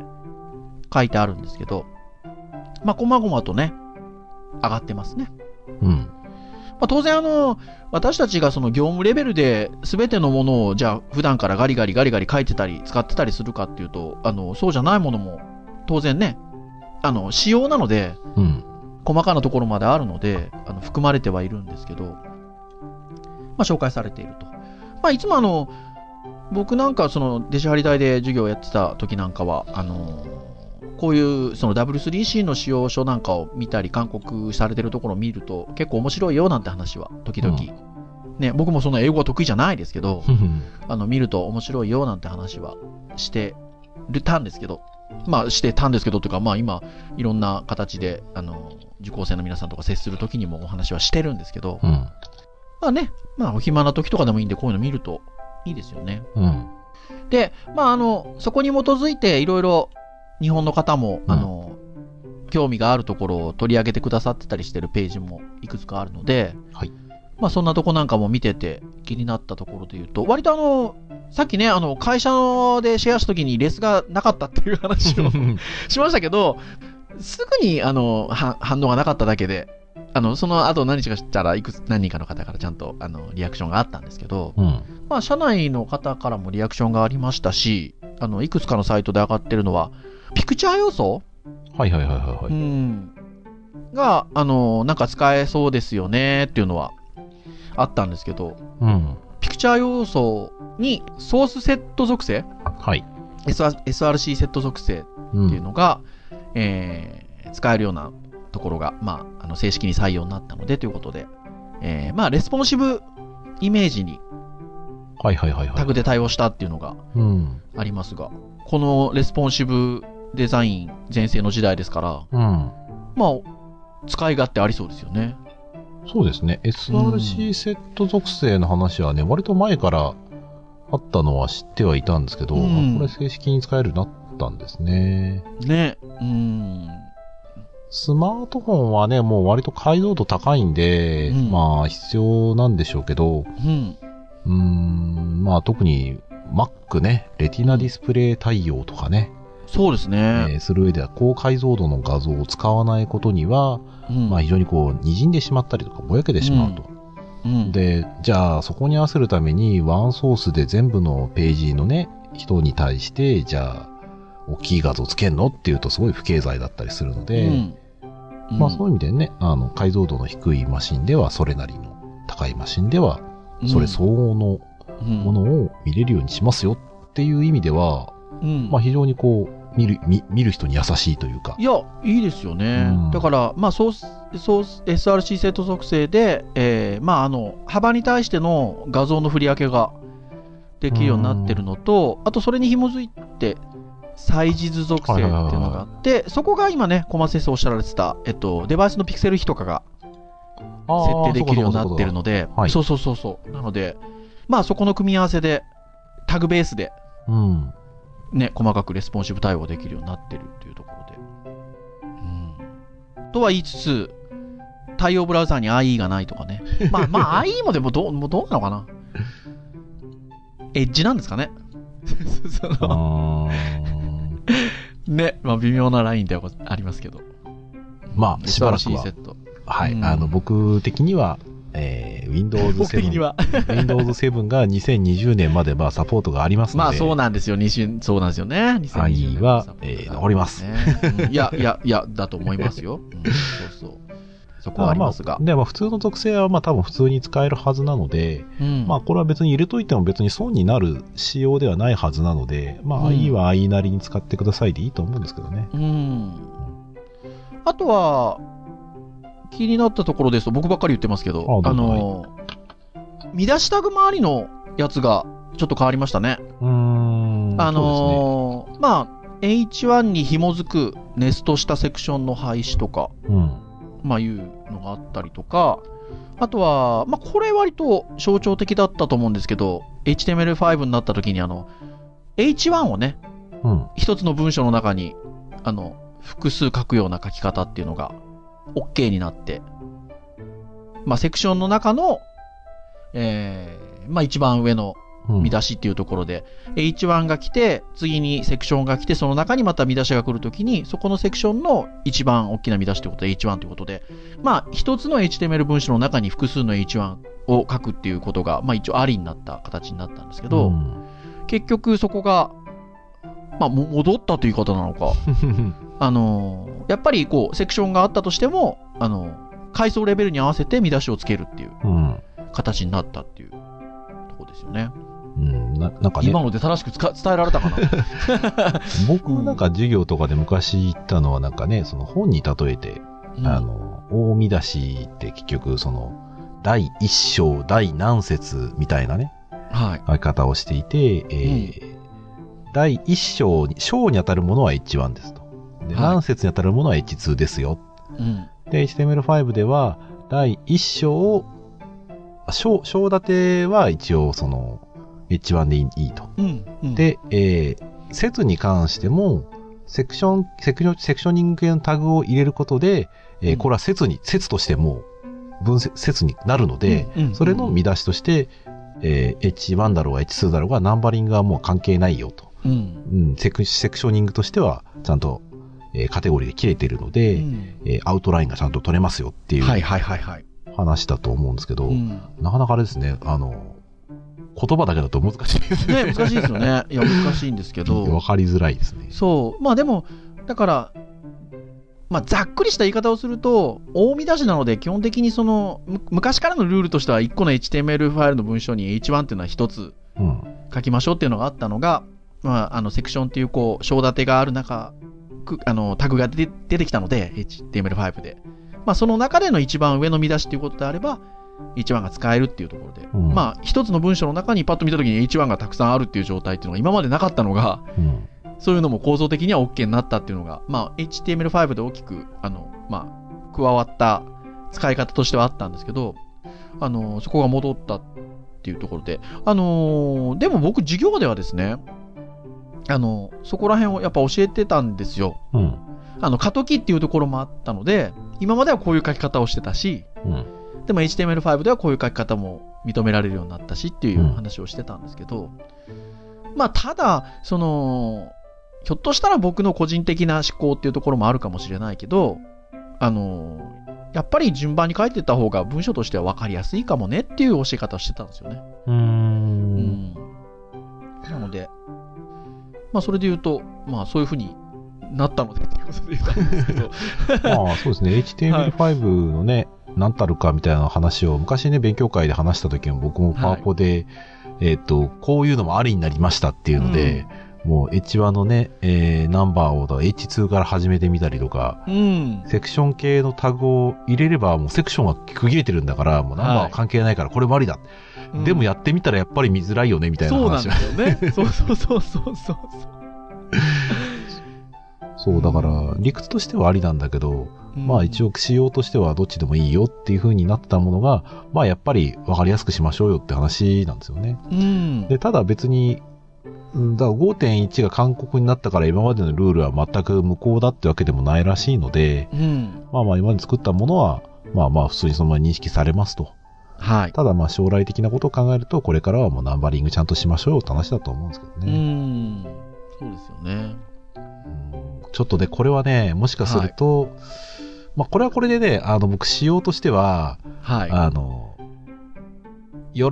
[SPEAKER 3] 書いてあるんですけど、まあ、こまごまとね、上がってますね。
[SPEAKER 4] うん。
[SPEAKER 3] まあ、当然あの、私たちがその業務レベルで全てのものをじゃあ普段からガリガリガリガリ書いてたり使ってたりするかっていうと、あの、そうじゃないものも当然ね、あの、仕様なので、
[SPEAKER 4] うん。
[SPEAKER 3] 細かなところまであるので、あの含まれてはいるんですけど、まあ、紹介されていると。まあ、いつもあの、僕なんかその、弟子張り台で授業をやってた時なんかは、あのこういうその W3C の使用書なんかを見たり、勧告されてるところを見ると、結構面白いよなんて話は、時々。ね、僕もそんな英語は得意じゃないですけど、あの、見ると面白いよなんて話はしてるたんですけど、まあしてたんですけどというか、まあ今、いろんな形で、あの、受講生の皆さんとか接するときにもお話はしてるんですけど、
[SPEAKER 4] うん。
[SPEAKER 3] まあね、まあお暇な時とかでもいいんで、こういうの見るといいですよね。
[SPEAKER 4] うん。
[SPEAKER 3] で、まああの、そこに基づいていろいろ日本の方も、
[SPEAKER 4] うん
[SPEAKER 3] あの、興味があるところを取り上げてくださってたりしてるページもいくつかあるので、
[SPEAKER 4] はい
[SPEAKER 3] まあそんなとこなんかも見てて気になったところで言うと、割とあの、さっきね、あの、会社でシェアした時にレスがなかったっていう話
[SPEAKER 4] <laughs>
[SPEAKER 3] を <laughs> しましたけど、すぐにあの、は反応がなかっただけで、あの、その後何日かしたらいくつ、何人かの方からちゃんとあの、リアクションがあったんですけど、
[SPEAKER 4] うん。
[SPEAKER 3] まあ、社内の方からもリアクションがありましたし、あの、いくつかのサイトで上がってるのは、ピクチャー要素、
[SPEAKER 4] はいはいはいはいは
[SPEAKER 3] う
[SPEAKER 4] い。
[SPEAKER 3] ん。が、あの、なんか使えそうですよねっていうのはあったんですけど、
[SPEAKER 4] うん。
[SPEAKER 3] ピクチャー要素にソースセット属性、
[SPEAKER 4] はい。
[SPEAKER 3] SR SRC セット属性
[SPEAKER 4] う。
[SPEAKER 3] っていうんのが、えー使えるようなところが、まあ、あの正式に採用になったのでということで、えーまあ、レスポンシブイメージに
[SPEAKER 4] はいはいはいは
[SPEAKER 3] タ
[SPEAKER 4] い
[SPEAKER 3] グ。で対応したっていうのが、
[SPEAKER 4] うん。
[SPEAKER 3] ありますが、このレスポンシブデザイン全盛の時代ですから、
[SPEAKER 4] うん。
[SPEAKER 3] まあ、使い勝手ありそうですよね。
[SPEAKER 4] そうですね。
[SPEAKER 3] う
[SPEAKER 4] SRC セット属性の話はね、割と前からあったのは知ってはいたんですけど、
[SPEAKER 3] うん
[SPEAKER 4] あこれ正式に使えるようになったんですね。
[SPEAKER 3] ね。うん。
[SPEAKER 4] スマートフォンはね、もう割と解像度高いんで、
[SPEAKER 3] うん
[SPEAKER 4] まあ必要なんでしょうけど、
[SPEAKER 3] うん。
[SPEAKER 4] うーん、まあ特に Mac ね、レティナディスプレイ対応とかね、
[SPEAKER 3] そうです
[SPEAKER 4] え
[SPEAKER 3] ね。
[SPEAKER 4] ーする上では高解像度の画像を使わないことには、
[SPEAKER 3] うん
[SPEAKER 4] まあ非常にこう、滲んでしまったりとか、ぼやけてしまうと。
[SPEAKER 3] うん、
[SPEAKER 4] で、じゃあそこに合わせるためにワンソースで全部のページのね、人に対して、じゃあ、大きい画像つけんのっていうとすごい不経済だったりするので、
[SPEAKER 3] うん
[SPEAKER 4] まあそういう意味でね、あの、解像度の低いマシンではそれなりの、高いマシンではそれ相応の
[SPEAKER 3] うん
[SPEAKER 4] ものを見れるようにしますよっていう意味では、
[SPEAKER 3] うん
[SPEAKER 4] まあ非常にこう、見る、見見る人に優しいというか
[SPEAKER 3] い、や、いいですよね。
[SPEAKER 4] うん
[SPEAKER 3] だから、まあ、ソース、ソース、SRC セット属性で、えーまあ、あの、幅に対しての画像の振り分けができるようになってるのと、あと、それに紐づいて、サイジズ属性っていうのがあって、そこが今ね、小松先生おっしゃられてた、えっと、デバイスのピクセル比とかが設定できるようになってるので、
[SPEAKER 4] あー
[SPEAKER 3] そ
[SPEAKER 4] そう
[SPEAKER 3] そうそうそう。なので、まあ、そこの組み合わせで、タグベースで、
[SPEAKER 4] うん。
[SPEAKER 3] ね、細かくレスポンシブ対応できるようになってるっていうところで。うん、とは言いつつ、対応ブラウザーに IE がないとか
[SPEAKER 4] <laughs>
[SPEAKER 3] ね。まあまあ IE もでもどうもうどうなのかな。エッジなんです
[SPEAKER 4] <laughs>
[SPEAKER 3] かね。そ
[SPEAKER 4] あ
[SPEAKER 3] の <laughs>
[SPEAKER 4] ー
[SPEAKER 3] ね、まあ微妙なラインではありますけど。
[SPEAKER 4] まあ、しばらく
[SPEAKER 3] 素晴しいセ
[SPEAKER 4] は、
[SPEAKER 3] ット。
[SPEAKER 4] はい、
[SPEAKER 3] うん
[SPEAKER 4] あの、僕的には、えー、Windows
[SPEAKER 3] 僕的に
[SPEAKER 4] 7、
[SPEAKER 3] は。
[SPEAKER 4] Windows 7が2020年までまあサポートがありますので、
[SPEAKER 3] まあそうなんですよ。二週そうなんですよね。2020
[SPEAKER 4] IE
[SPEAKER 3] 年
[SPEAKER 4] は
[SPEAKER 3] のサポートが
[SPEAKER 4] え
[SPEAKER 3] ね
[SPEAKER 4] ー残ります
[SPEAKER 3] うんいや、いや、いや、だと思いますよ。うんそうそう。そこはありますが
[SPEAKER 4] あ。で、まあ普通の属性はまあ多分普通に使えるはずなので、
[SPEAKER 3] うん
[SPEAKER 4] まあこれは別に入れといても別に損になる仕様ではないはずなので、ま
[SPEAKER 3] うん
[SPEAKER 4] あ IE は IE なりに使ってくださいでいいと思うんですけどね。
[SPEAKER 3] うん。あとは、気になったところですと、僕ばっかり言ってますけど、
[SPEAKER 4] あど
[SPEAKER 3] あ
[SPEAKER 4] うぞ
[SPEAKER 3] の、見出しタグ周りのやつがちょっと変わりましたね。
[SPEAKER 4] うーん。
[SPEAKER 3] あのーまあ、H1 に紐づくネストしたセクションの廃止とか、
[SPEAKER 4] そうですね、うん。
[SPEAKER 3] まあいうのがあったりとか、あとは、まあこれ割と象徴的だったと思うんですけど、HTML5 になった時にあの、H1 をね、
[SPEAKER 4] うん。
[SPEAKER 3] 一つの文章の中に、あの、複数書くような書き方っていうのが OK になって、まあ、セクションの中の、えーまあ、一番上の
[SPEAKER 4] うん
[SPEAKER 3] 見出しっていうところで、H1 が来て、次にセクションが来て、その中にまた見出しが来るときに、そこのセクションの一番大きな見出しということで、H1 ということで、まあ、一つの HTML 文章の中に複数の H1 を書くっていうことが、まあ一応ありになった形になったんですけど、
[SPEAKER 4] うん
[SPEAKER 3] 結局そこが、まあ、も戻ったという言い方なのか、あのーやっぱりこう、セクションがあったとしても、あのー階層レベルに合わせて見出しをつけるっていう
[SPEAKER 4] うん
[SPEAKER 3] 形になったっていうとこですよね。
[SPEAKER 4] うん、ななんかね
[SPEAKER 3] 今ので正しくつか伝えら
[SPEAKER 4] <laughs>
[SPEAKER 3] れたかな
[SPEAKER 4] 僕
[SPEAKER 3] うん
[SPEAKER 4] なんか授業とかで昔言ったのはなんかねその本に例えて、あの大見出しって結局その第一章第何節みたいなね
[SPEAKER 3] はい。
[SPEAKER 4] 書き方をしていて、えー第一章に章に当たるものは H1 ですとで
[SPEAKER 3] はい
[SPEAKER 4] 何節に当たるものは H2 ですよ
[SPEAKER 3] うん。
[SPEAKER 4] で HTML5 では第一章をあ章章立ては一応その H1 でいいいいと。
[SPEAKER 3] うん。、
[SPEAKER 4] で、えー、説に関しても、セクション、セクション、セクショニング系のタグを入れることで、えー
[SPEAKER 3] うん
[SPEAKER 4] これは説に、説としてもう、分析、説になるので、
[SPEAKER 3] うん
[SPEAKER 4] それの見出しとして、えー H1 だろうが H2 だろうがナンバリングはもう関係ないよと。
[SPEAKER 3] うん。
[SPEAKER 4] うん、セクセクショニングとしては、ちゃんと、えーカテゴリーで切れてるので、
[SPEAKER 3] うん
[SPEAKER 4] えーアウトラインがちゃんと取れますよってい
[SPEAKER 3] はいうはいはいはい。
[SPEAKER 4] 話だと思うんですけど、
[SPEAKER 3] うん
[SPEAKER 4] なかなかあれですね、あの、言葉だけだと難しいです
[SPEAKER 3] ね、難しいですよね。いや、難しいんですけ
[SPEAKER 4] わ <laughs>
[SPEAKER 3] ど。
[SPEAKER 4] かりづらいですね。
[SPEAKER 3] そう。まあでも、だから、まあ、ざっくりした言い方をすると、大見出しなので、基本的にその、む昔からのルールとしては、1個の HTML ファイルの文章に H1 っていうのは1つ
[SPEAKER 4] うん。
[SPEAKER 3] 書きましょうっていうのがあったのが、まあ、あの、セクションっていう、こう、章立てがある中、くあの、タグが出て出てきたので、HTML5 で。まあ、その中での一番上の見出しっていうことであれば、H1 が使えるっていうところで。
[SPEAKER 4] うん
[SPEAKER 3] まあ、一つの文章の中にパッと見たときに H1 がたくさんあるっていう状態っていうのが今までなかったのが、
[SPEAKER 4] うん
[SPEAKER 3] そういうのも構造的には OK になったっていうのが、まあ、HTML5 で大きく、あの、まあ、加わった使い方としてはあったんですけど、あの、そこが戻ったっていうところで、あのーでも僕、授業ではですね、あの、そこら辺をやっぱ教えてたんですよ。
[SPEAKER 4] うん。
[SPEAKER 3] あの、過渡期っていうところもあったので、今まではこういう書き方をしてたし、
[SPEAKER 4] うん。
[SPEAKER 3] でも HTML5 ではこういう書き方も認められるようになったしっていう
[SPEAKER 4] うん
[SPEAKER 3] 話をしてたんですけど、まあただ、その、ひょっとしたら僕の個人的な思考っていうところもあるかもしれないけど、あの、やっぱり順番に書いてった方が文章としては分かりやすいかもねっていう教え方をしてたんですよね。
[SPEAKER 4] うー。
[SPEAKER 3] うんん。なので、まあそれで言うと、まあそういうふうになったのでっていうことで言ったんですけ
[SPEAKER 4] <laughs>
[SPEAKER 3] ど、
[SPEAKER 4] まあ、そうですね。HTML5 のね、何たるかみたいな話を昔ね、勉強会で話した時も僕もパワポで、えっと、こういうのもありになりましたっていうので、もう H1 のね、えーナンバーを H2 から始めてみたりとか、
[SPEAKER 3] うん。
[SPEAKER 4] セクション系のタグを入れれば、もうセクションが区切れてるんだから、もうナンバーは関係ないから、これもありだ。でもやってみたらやっぱり見づらいよね、みたいな
[SPEAKER 3] そうなん
[SPEAKER 4] 話を
[SPEAKER 3] ですよね。そうそうそうそうそう。
[SPEAKER 4] そう、だから、理屈としてはありなんだけど、まあ一
[SPEAKER 3] 応。
[SPEAKER 4] 応仕様としてはどっちでもいいよっていう風になってたものが、まあやっぱり分かりやすくしましょうよって話なんですよね。
[SPEAKER 3] うん。
[SPEAKER 4] で、ただ別に、うんだから5.1が勧告になったから今までのルールは全く無効だってわけでもないらしいので、
[SPEAKER 3] うん。
[SPEAKER 4] まあまあ今まで作ったものは、まあまあ普通にそのまま認識されますと。
[SPEAKER 3] はい。
[SPEAKER 4] ただまあ将来的なことを考えると、これからはもうナンバリングちゃんとしましょうよって話だと思うんですけど
[SPEAKER 3] う
[SPEAKER 4] ね。
[SPEAKER 3] ん。そうですよね。
[SPEAKER 4] うんちょっとね、これはね、もしかすると、まあこれはこれでね、あの僕仕様としては、
[SPEAKER 3] はい。
[SPEAKER 4] あの、喜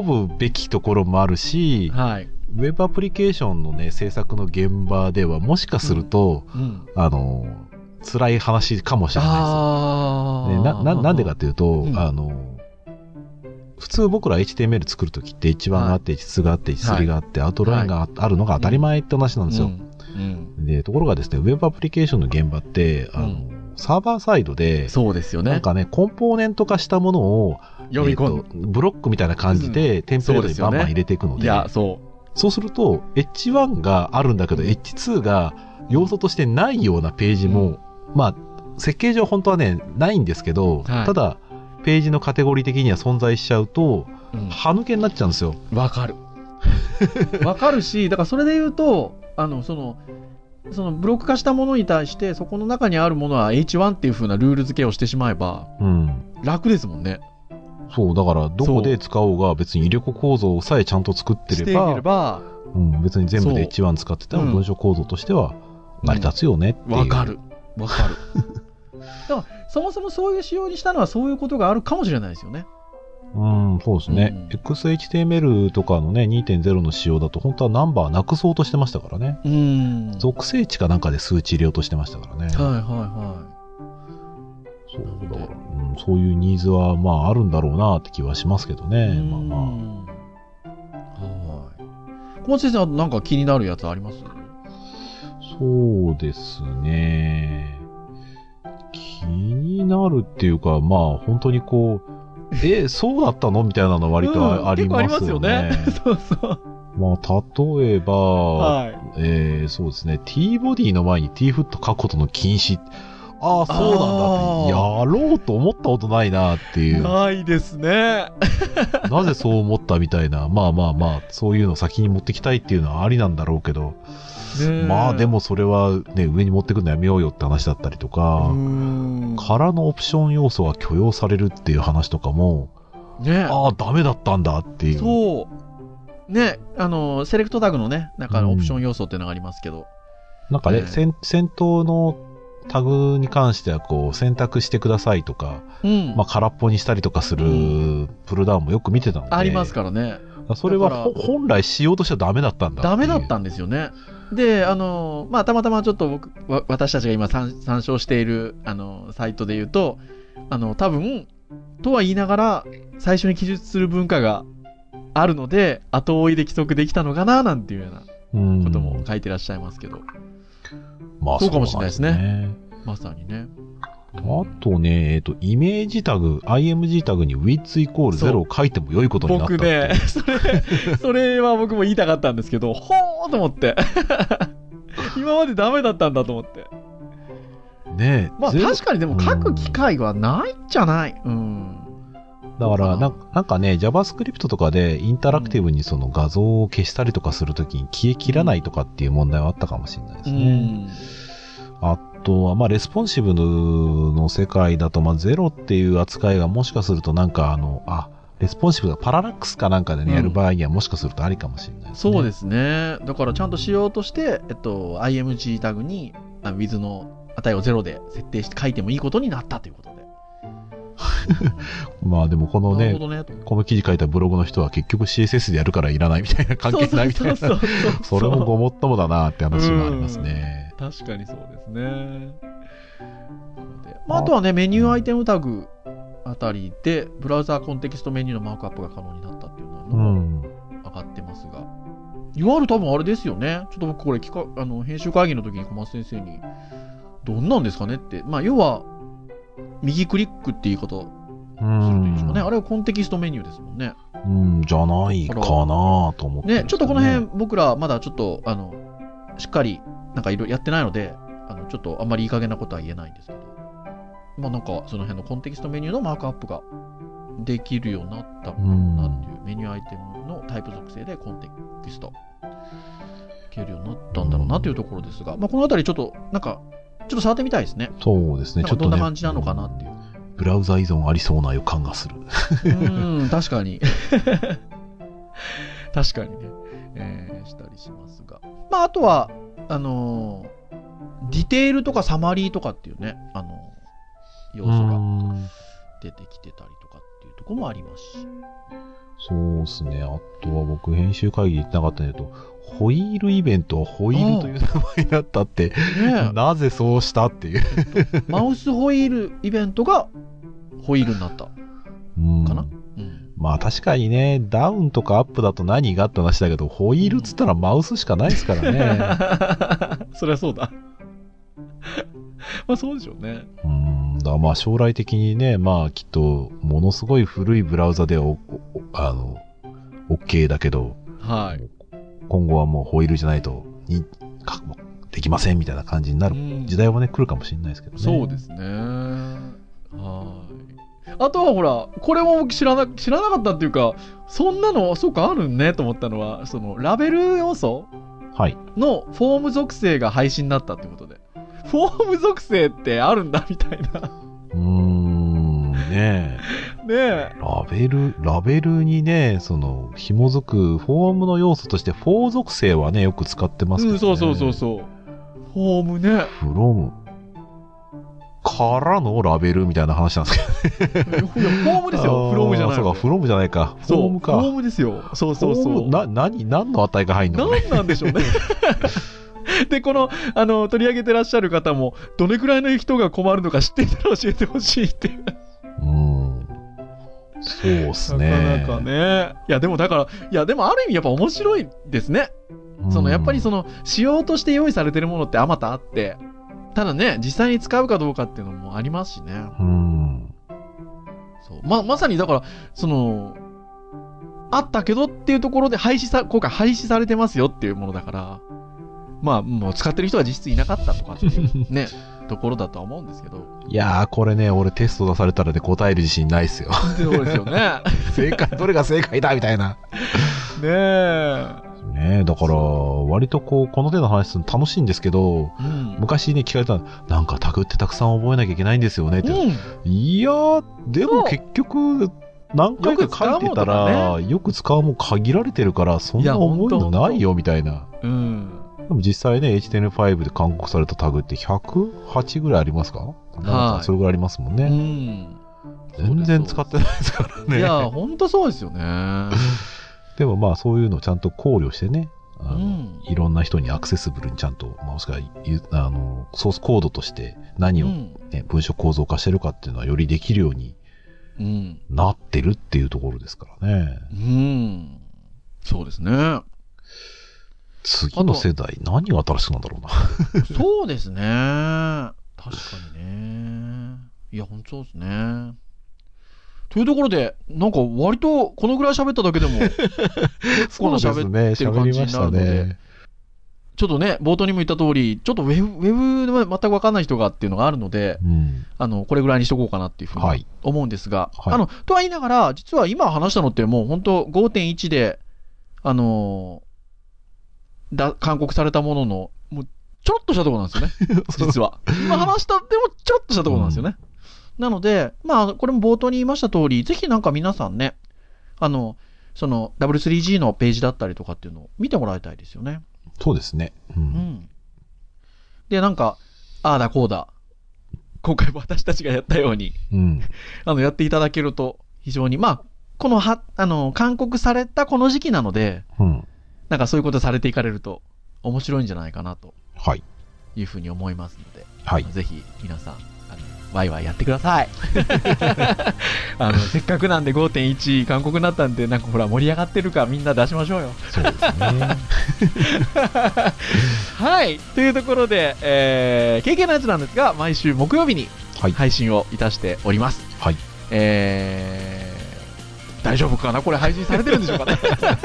[SPEAKER 4] ぶべきところもあるし、
[SPEAKER 3] はい。
[SPEAKER 4] ウェブアプリケーションのね、制作の現場では、もしかすると、
[SPEAKER 3] うん。
[SPEAKER 4] あの、辛い話かもしれな
[SPEAKER 3] あ
[SPEAKER 4] いです
[SPEAKER 3] ー
[SPEAKER 4] よ。ねなななんでかっ。ていうと、
[SPEAKER 3] ん
[SPEAKER 4] あの、普通僕ら HTML 作るときって1番があって、H2 があって、H3 があって、アウトラインがああるのが当たり前って話なんですよ。
[SPEAKER 3] うん。
[SPEAKER 4] でところがですね、ウェブアプリケーションの現場って、あの
[SPEAKER 3] う
[SPEAKER 4] サーバーサイドで、
[SPEAKER 3] そうですよ
[SPEAKER 4] なん
[SPEAKER 3] ね。
[SPEAKER 4] かね、コンポーネント化したものを、
[SPEAKER 3] 読み込
[SPEAKER 4] え
[SPEAKER 3] ん
[SPEAKER 4] ーとブロックみたいな感じで、テンプレートにバンバン入れていくの
[SPEAKER 3] い
[SPEAKER 4] で、
[SPEAKER 3] や、そ
[SPEAKER 4] そうすると、H1 があるんだけど、
[SPEAKER 3] うん
[SPEAKER 4] H2 が要素としてないようなページも、まあ、設計上本当はね、ないんですけど、
[SPEAKER 3] はい
[SPEAKER 4] ただ、ページのカテゴリー的には存在しちゃうと、
[SPEAKER 3] う。うん
[SPEAKER 4] 歯抜けになっちゃうんですよ。
[SPEAKER 3] <laughs> わかる。わかるし、だからそれで言うと、あの、その、そのブロック化したものに対してそこの中にあるものは H1 っていう風なルール付けをしてしまえば
[SPEAKER 4] うん。
[SPEAKER 3] 楽ですもんね。
[SPEAKER 4] そう、だから、どこで使おうが、別に威力構造さえちゃんと作って
[SPEAKER 3] して
[SPEAKER 4] れ
[SPEAKER 3] い
[SPEAKER 4] ば、
[SPEAKER 3] ければ
[SPEAKER 4] うん、別に全部で
[SPEAKER 3] そ
[SPEAKER 4] 一番使ってたら
[SPEAKER 3] うん
[SPEAKER 4] 文章構造としては成り立つよねっていう。
[SPEAKER 3] わかる。わか <laughs> る。でもそもそもそういう仕様にしたのはそういうことがあるかもしれないですよね。
[SPEAKER 4] うん、そうですね。
[SPEAKER 3] うん
[SPEAKER 4] XHTML とかのね、2.0の仕様だと、本当はナンバーなくそうとしてましたからね。
[SPEAKER 3] うんはい
[SPEAKER 4] 属性値かなんかで数値入れようとしてましたからね。
[SPEAKER 3] はいは
[SPEAKER 4] そうだから、うん、そういうニーズはまああるんだろうなって気はしますけど
[SPEAKER 3] い。
[SPEAKER 4] ね。
[SPEAKER 3] うん
[SPEAKER 4] まあまあ。
[SPEAKER 3] はい。小松先生はなんか気になるやつあります
[SPEAKER 4] そうですね。気になるっていうか、まあ本当にこう、え、そうだったのみたいなの割と
[SPEAKER 3] うん
[SPEAKER 4] あありますよね。
[SPEAKER 3] 結構ありますよね。そうそう。
[SPEAKER 4] <laughs> まあ例えば、
[SPEAKER 3] <laughs> はい。
[SPEAKER 4] えーそうですね、T ボディの前に T フット書くことの禁止。ああ、そうなんだって、やろうと思ったことないなって <laughs> いう、な
[SPEAKER 3] ないです <laughs> ね。
[SPEAKER 4] ぜそう思ったみたいな、まあまあまあ、そういうの先に持ってきたいっていうのはありなんだろうけど、まあでもそれはね、上に持ってくのやめようよって話だったりとか、
[SPEAKER 3] うん
[SPEAKER 4] 空のオプション要素が許容されるっていう話とかも、
[SPEAKER 3] ね
[SPEAKER 4] ああ、ダメだったんだっていう。
[SPEAKER 3] そう。ね、あの、セレクトタグのね、中のオプション要素っていうのがありますけど。
[SPEAKER 4] なんかね、
[SPEAKER 3] うん
[SPEAKER 4] 戦戦闘のタグに関してはこう選択してくださいとか、
[SPEAKER 3] うん。
[SPEAKER 4] まあ、空っぽにしたりとかする
[SPEAKER 3] う
[SPEAKER 4] プルダウンもよく見てたので、
[SPEAKER 3] ありますからね。
[SPEAKER 4] それは
[SPEAKER 3] だから
[SPEAKER 4] ほ本来しようとしてはダメだったんだ
[SPEAKER 3] ダメだった
[SPEAKER 4] ん
[SPEAKER 3] んですよね。で、あの、まあ、たまたまちょっと僕、わ私たちが今参参照している、あの、サイトで言うと、あの、多分、とは言いながら、最初に記述する文化があるので、後追いで規則できたのかな、なんていうような
[SPEAKER 4] こ
[SPEAKER 3] ことも書いてらっしゃいますけど、
[SPEAKER 4] まあ、
[SPEAKER 3] そうかもしれないですね
[SPEAKER 4] そうんですね。
[SPEAKER 3] まさにね。
[SPEAKER 4] あとね、えっ、と、イメージタグ、IMG タグに width イコール
[SPEAKER 3] そう
[SPEAKER 4] 0を書いても良いことになったっ
[SPEAKER 3] 僕
[SPEAKER 4] ていう
[SPEAKER 3] ね、 <laughs> それ、それは僕も言いたかったんですけど、ほーと思って。 <laughs> 今までダメだったんだと思って。
[SPEAKER 4] ね
[SPEAKER 3] まあ
[SPEAKER 4] ゼロ
[SPEAKER 3] 確かにでも書く機会はないんじゃないうん。
[SPEAKER 4] だから
[SPEAKER 3] そうか
[SPEAKER 4] な、
[SPEAKER 3] なん
[SPEAKER 4] なんかね、JavaScript とかでインタラクティブにその画像を消したりとかするときに消えきらないとかっていう問題はあったかもしれないですね。あとは、まあ、レスポンシブの世界だと、まあ、ゼロっていう扱いがもしかすると、なんか、あの、あ、レスポンシブだ、パララックスかなんかでね、
[SPEAKER 3] うん
[SPEAKER 4] やる場合にはもしかするとありかもしれないですね。。
[SPEAKER 3] そうですすね。だからちゃんとしようとして、えっと、IMG タグに、あ with の値をゼロで設定して書いてもいいことになったということで。
[SPEAKER 4] まあ、でもこの
[SPEAKER 3] な
[SPEAKER 4] ね
[SPEAKER 3] るほ、どね。と
[SPEAKER 4] この記事書いたブログの人は結局 CSS でやるからいらないみたいな、関係ないみたいな。
[SPEAKER 3] そうそうそうそ
[SPEAKER 4] そ
[SPEAKER 3] う
[SPEAKER 4] れもごもっともだなって話もありますね。
[SPEAKER 3] 確かにそうですね。まあ、あとはね、メニューアイテムタグあたりで、ブラウザーコンテキストメニューのマークアップが可能になったっていう
[SPEAKER 4] う
[SPEAKER 3] のが
[SPEAKER 4] ん。
[SPEAKER 3] 上がってますが、いわゆる多分あれですよね、ちょっと僕、これ聞かあの、編集会議の時に小松先生に、どんなんですかねって、まあ、要は、右クリックって言い方
[SPEAKER 4] う
[SPEAKER 3] するといいんでしょうね、
[SPEAKER 4] ん
[SPEAKER 3] あれはコンテキストメニューですもんね。
[SPEAKER 4] うん、じゃないかなと思って、
[SPEAKER 3] ね、ちょっとこの辺、。僕らまだちょっと、あの、しっかり、なんかいろいろやってないので、あの、ちょっとあんまりいい加減なことは言えないんですけど、まあなんか、その辺のコンテキストメニューのマークアップができるようになった
[SPEAKER 4] う
[SPEAKER 3] の
[SPEAKER 4] ん。
[SPEAKER 3] かなっていう、メニューアイテムのタイプ属性でコンテキスト、いけるようになったんだろうなというところですが、まあこのあたりちょっと、なんか、ちょっと触ってみたいですね。
[SPEAKER 4] そうですね、
[SPEAKER 3] なん
[SPEAKER 4] ちょ
[SPEAKER 3] か
[SPEAKER 4] っと
[SPEAKER 3] どんな
[SPEAKER 4] ね。
[SPEAKER 3] 感じなのかなっていう。
[SPEAKER 4] ブラウザ依存ありそうな予感がする。 <laughs>
[SPEAKER 3] うん、確かに。 <laughs> 確かにね、えーしたりしますが。まあ、あとは、あのーディテールとかサマリーとかっていうね、あのー要素が
[SPEAKER 4] うん
[SPEAKER 3] 出てきてたりとかっていうところもありますし。
[SPEAKER 4] そうですね。あとは僕、編集会議行ってなかったんだけど、ホイールイベントはホイールという名前だったって、 <laughs>
[SPEAKER 3] ね
[SPEAKER 4] なぜそうしたっていう。
[SPEAKER 3] えマウスホイールイベントがホイールになった。
[SPEAKER 4] うん
[SPEAKER 3] かなうん、
[SPEAKER 4] まあ確かにね、ダウンとかアップだと何がって話だけど、ホイールっつったらマウスしかないですからね。
[SPEAKER 3] <laughs> そりゃそうだ。 <laughs> まあ、そうでしょうね。
[SPEAKER 4] うん。だからまあ将来的にね、まあきっと、ものすごい古いブラウザでお、おおあの、OK だけど、
[SPEAKER 3] はい。
[SPEAKER 4] 今後はもうホイールじゃないと、に、かできませんみたいな感じになる
[SPEAKER 3] うん
[SPEAKER 4] 時代はね、来るかもしれないですけどね。
[SPEAKER 3] そうですね。はい。あとはほら、これも僕知らな、知らなかったっていうか、そんなの、そうか、あるねと思ったのは、その、ラベル要素
[SPEAKER 4] はい。
[SPEAKER 3] のフォーム属性が廃止になったってことで。フォーム属性ってあるんだみたいな。 <laughs>
[SPEAKER 4] うーん、ねえ。
[SPEAKER 3] ねえ。
[SPEAKER 4] ラベル、ラベルにね、その、紐づくフォームの要素として、フォー属性はね、よく使ってますけど、
[SPEAKER 3] う
[SPEAKER 4] ね。
[SPEAKER 3] ん、そうそうそうそう。フォームね。
[SPEAKER 4] フロム。からのラベルみたいな話なんですけど。
[SPEAKER 3] いやフォームですよ。フロムじゃな
[SPEAKER 4] あー
[SPEAKER 3] い
[SPEAKER 4] そうか、フロムじゃないか。フォームか。
[SPEAKER 3] そうフォームですよ。そうそう
[SPEAKER 4] フォー
[SPEAKER 3] そ
[SPEAKER 4] ム
[SPEAKER 3] う。
[SPEAKER 4] な、何、何の値が入んのかね
[SPEAKER 3] 何なんでしょうね。 <laughs> で、この、あの、取り上げてらっしゃる方も、どれくらいの人が困るのか知っていたら教えてほしいっていう。
[SPEAKER 4] うん。そうですね。
[SPEAKER 3] なかなかね。いや、でもだから、いや、でもある意味やっぱ面白いですね。
[SPEAKER 4] うん
[SPEAKER 3] そのやっぱりその仕様として用意されてるものってあまたあってただね実際に使うかどうかっていうのもありますしね
[SPEAKER 4] うん。
[SPEAKER 3] そうままさにだからそのあったけどっていうところで廃止さ今回廃止されてますよっていうものだからまあもう使ってる人は実質いなかったとかっていうね <laughs> ところだとは思うんですけど
[SPEAKER 4] いやー、これね、俺テスト出されたらで答える自信ないっすよ。
[SPEAKER 3] そうですよね
[SPEAKER 4] 正 <laughs> 解、どれが正解だみたいな。
[SPEAKER 3] <laughs> ねえ、
[SPEAKER 4] ねえ、だから、割とこう、この手の話するの楽しいんですけど、
[SPEAKER 3] うん
[SPEAKER 4] 昔ね、聞かれたの、なんかタグってたくさん覚えなきゃいけないんですよねって。
[SPEAKER 3] うん
[SPEAKER 4] いやー、でも結局、何回か書いてたら、よく使うもん限られてるから、そんな思いのないよみたいな。
[SPEAKER 3] うん
[SPEAKER 4] でも実際ね、HTML5 で勧告されたタグって108ぐらいありますかなんかそれぐらいありますもん
[SPEAKER 3] う
[SPEAKER 4] ね。
[SPEAKER 3] ん
[SPEAKER 4] 全然使ってないですか
[SPEAKER 3] いや
[SPEAKER 4] らね。
[SPEAKER 3] ほんとそうですよね
[SPEAKER 4] でもまあそういうのをちゃんと考慮してね、あの
[SPEAKER 3] うん
[SPEAKER 4] いろんな人にアクセスブルにちゃんと、まあもしくはゆあのソースコードとして何
[SPEAKER 3] う
[SPEAKER 4] を、ね
[SPEAKER 3] ん
[SPEAKER 4] 文書構造化してるかっていうのはよりできるように
[SPEAKER 3] うん
[SPEAKER 4] なってるっていうところですからね。
[SPEAKER 3] うん。そうですね。
[SPEAKER 4] 次の世代何が新しくなんだろうな。
[SPEAKER 3] そうですね。確かにね。いや、本当そうですね。というところで、なんか割とこのぐらい喋っただけで <laughs> も、結構な喋っ
[SPEAKER 4] ね
[SPEAKER 3] てる感じになるので。ちょっとね、冒頭にも言った通り、ちょっとウェブ、ウェブは全く分かんない人がっていうのがあるので、
[SPEAKER 4] うん。
[SPEAKER 3] あの、これぐらいにしとこうかなっていうふう
[SPEAKER 4] は
[SPEAKER 3] に
[SPEAKER 4] い。
[SPEAKER 3] 思うんですが、
[SPEAKER 4] はい
[SPEAKER 3] あの、とは言いながら、実は今話したのってもう本当5.1で、あのーだ、勧告されたものの、もうちょっとしたところなんですよね。 <laughs> 実は。今話したってもちょっとしたところなんですよね。なので、まあ、これも冒頭に言いました通り、ぜひなんか皆さんね、あの、その W3G のページだったりとかっていうのを見てもらいたいですよね。
[SPEAKER 4] そうですね。う。
[SPEAKER 3] うんん。で、なんか、ああだこうだ。今回も私たちがやったように、
[SPEAKER 4] うん。
[SPEAKER 3] あの、やっていただけると非常に、まあ、このは、あの、勧告されたこの時期なので、
[SPEAKER 4] うん。
[SPEAKER 3] なんかそういうことされていかれると面白いんじゃないかなと
[SPEAKER 4] はい。
[SPEAKER 3] いうふうに思いますので。
[SPEAKER 4] はい。
[SPEAKER 3] ぜひ皆さん、あのワイワイやってください。あのせっかくなんで5.1韓国になったんで、なんかほら盛り上がってるからみんな出しましょうよ。
[SPEAKER 4] そう
[SPEAKER 3] <laughs>
[SPEAKER 4] ですね。
[SPEAKER 3] はい。というところで、えー、経験のやつなんですが、毎週木曜日に
[SPEAKER 4] はい。
[SPEAKER 3] 配信をいたしております。
[SPEAKER 4] はい。
[SPEAKER 3] えー、大丈夫かなこれ配信されてるんでしょうかね
[SPEAKER 4] じゃあ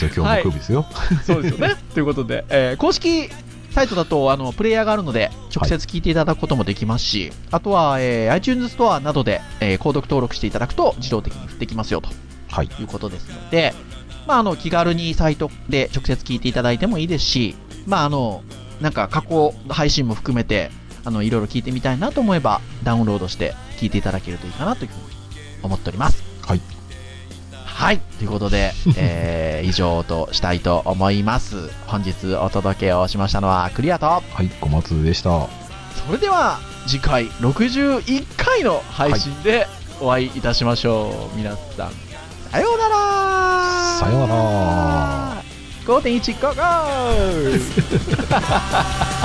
[SPEAKER 4] 今日木曜日ですよ。
[SPEAKER 3] そうですよね。ということで、えー公式サイトだとあのプレイヤーがあるので直接聞いていただくこともできますし、あとは、えー iTunes ストアなどで、えー購読登録していただくと自動的に振ってきますよと
[SPEAKER 4] はい。
[SPEAKER 3] いうことですので、まあ、あの気軽にサイトで直接聞いていただいてもいいですし、まあ、あのなんか過去配信も含めてあのいろいろ聞いてみたいなと思えばダウンロードして聞いていただけるといいかなというふうに思っております。
[SPEAKER 4] はい。
[SPEAKER 3] はい。というこ
[SPEAKER 4] <laughs>
[SPEAKER 3] とで、えー、以上としたいと思います。本日お届けをしましたのはクリアと、
[SPEAKER 4] はい。小松でした。
[SPEAKER 3] それでは次回61回の配信でお会いいたしましょう。皆さん、さようなら
[SPEAKER 4] さようなら
[SPEAKER 3] !5.1 ゴーゴー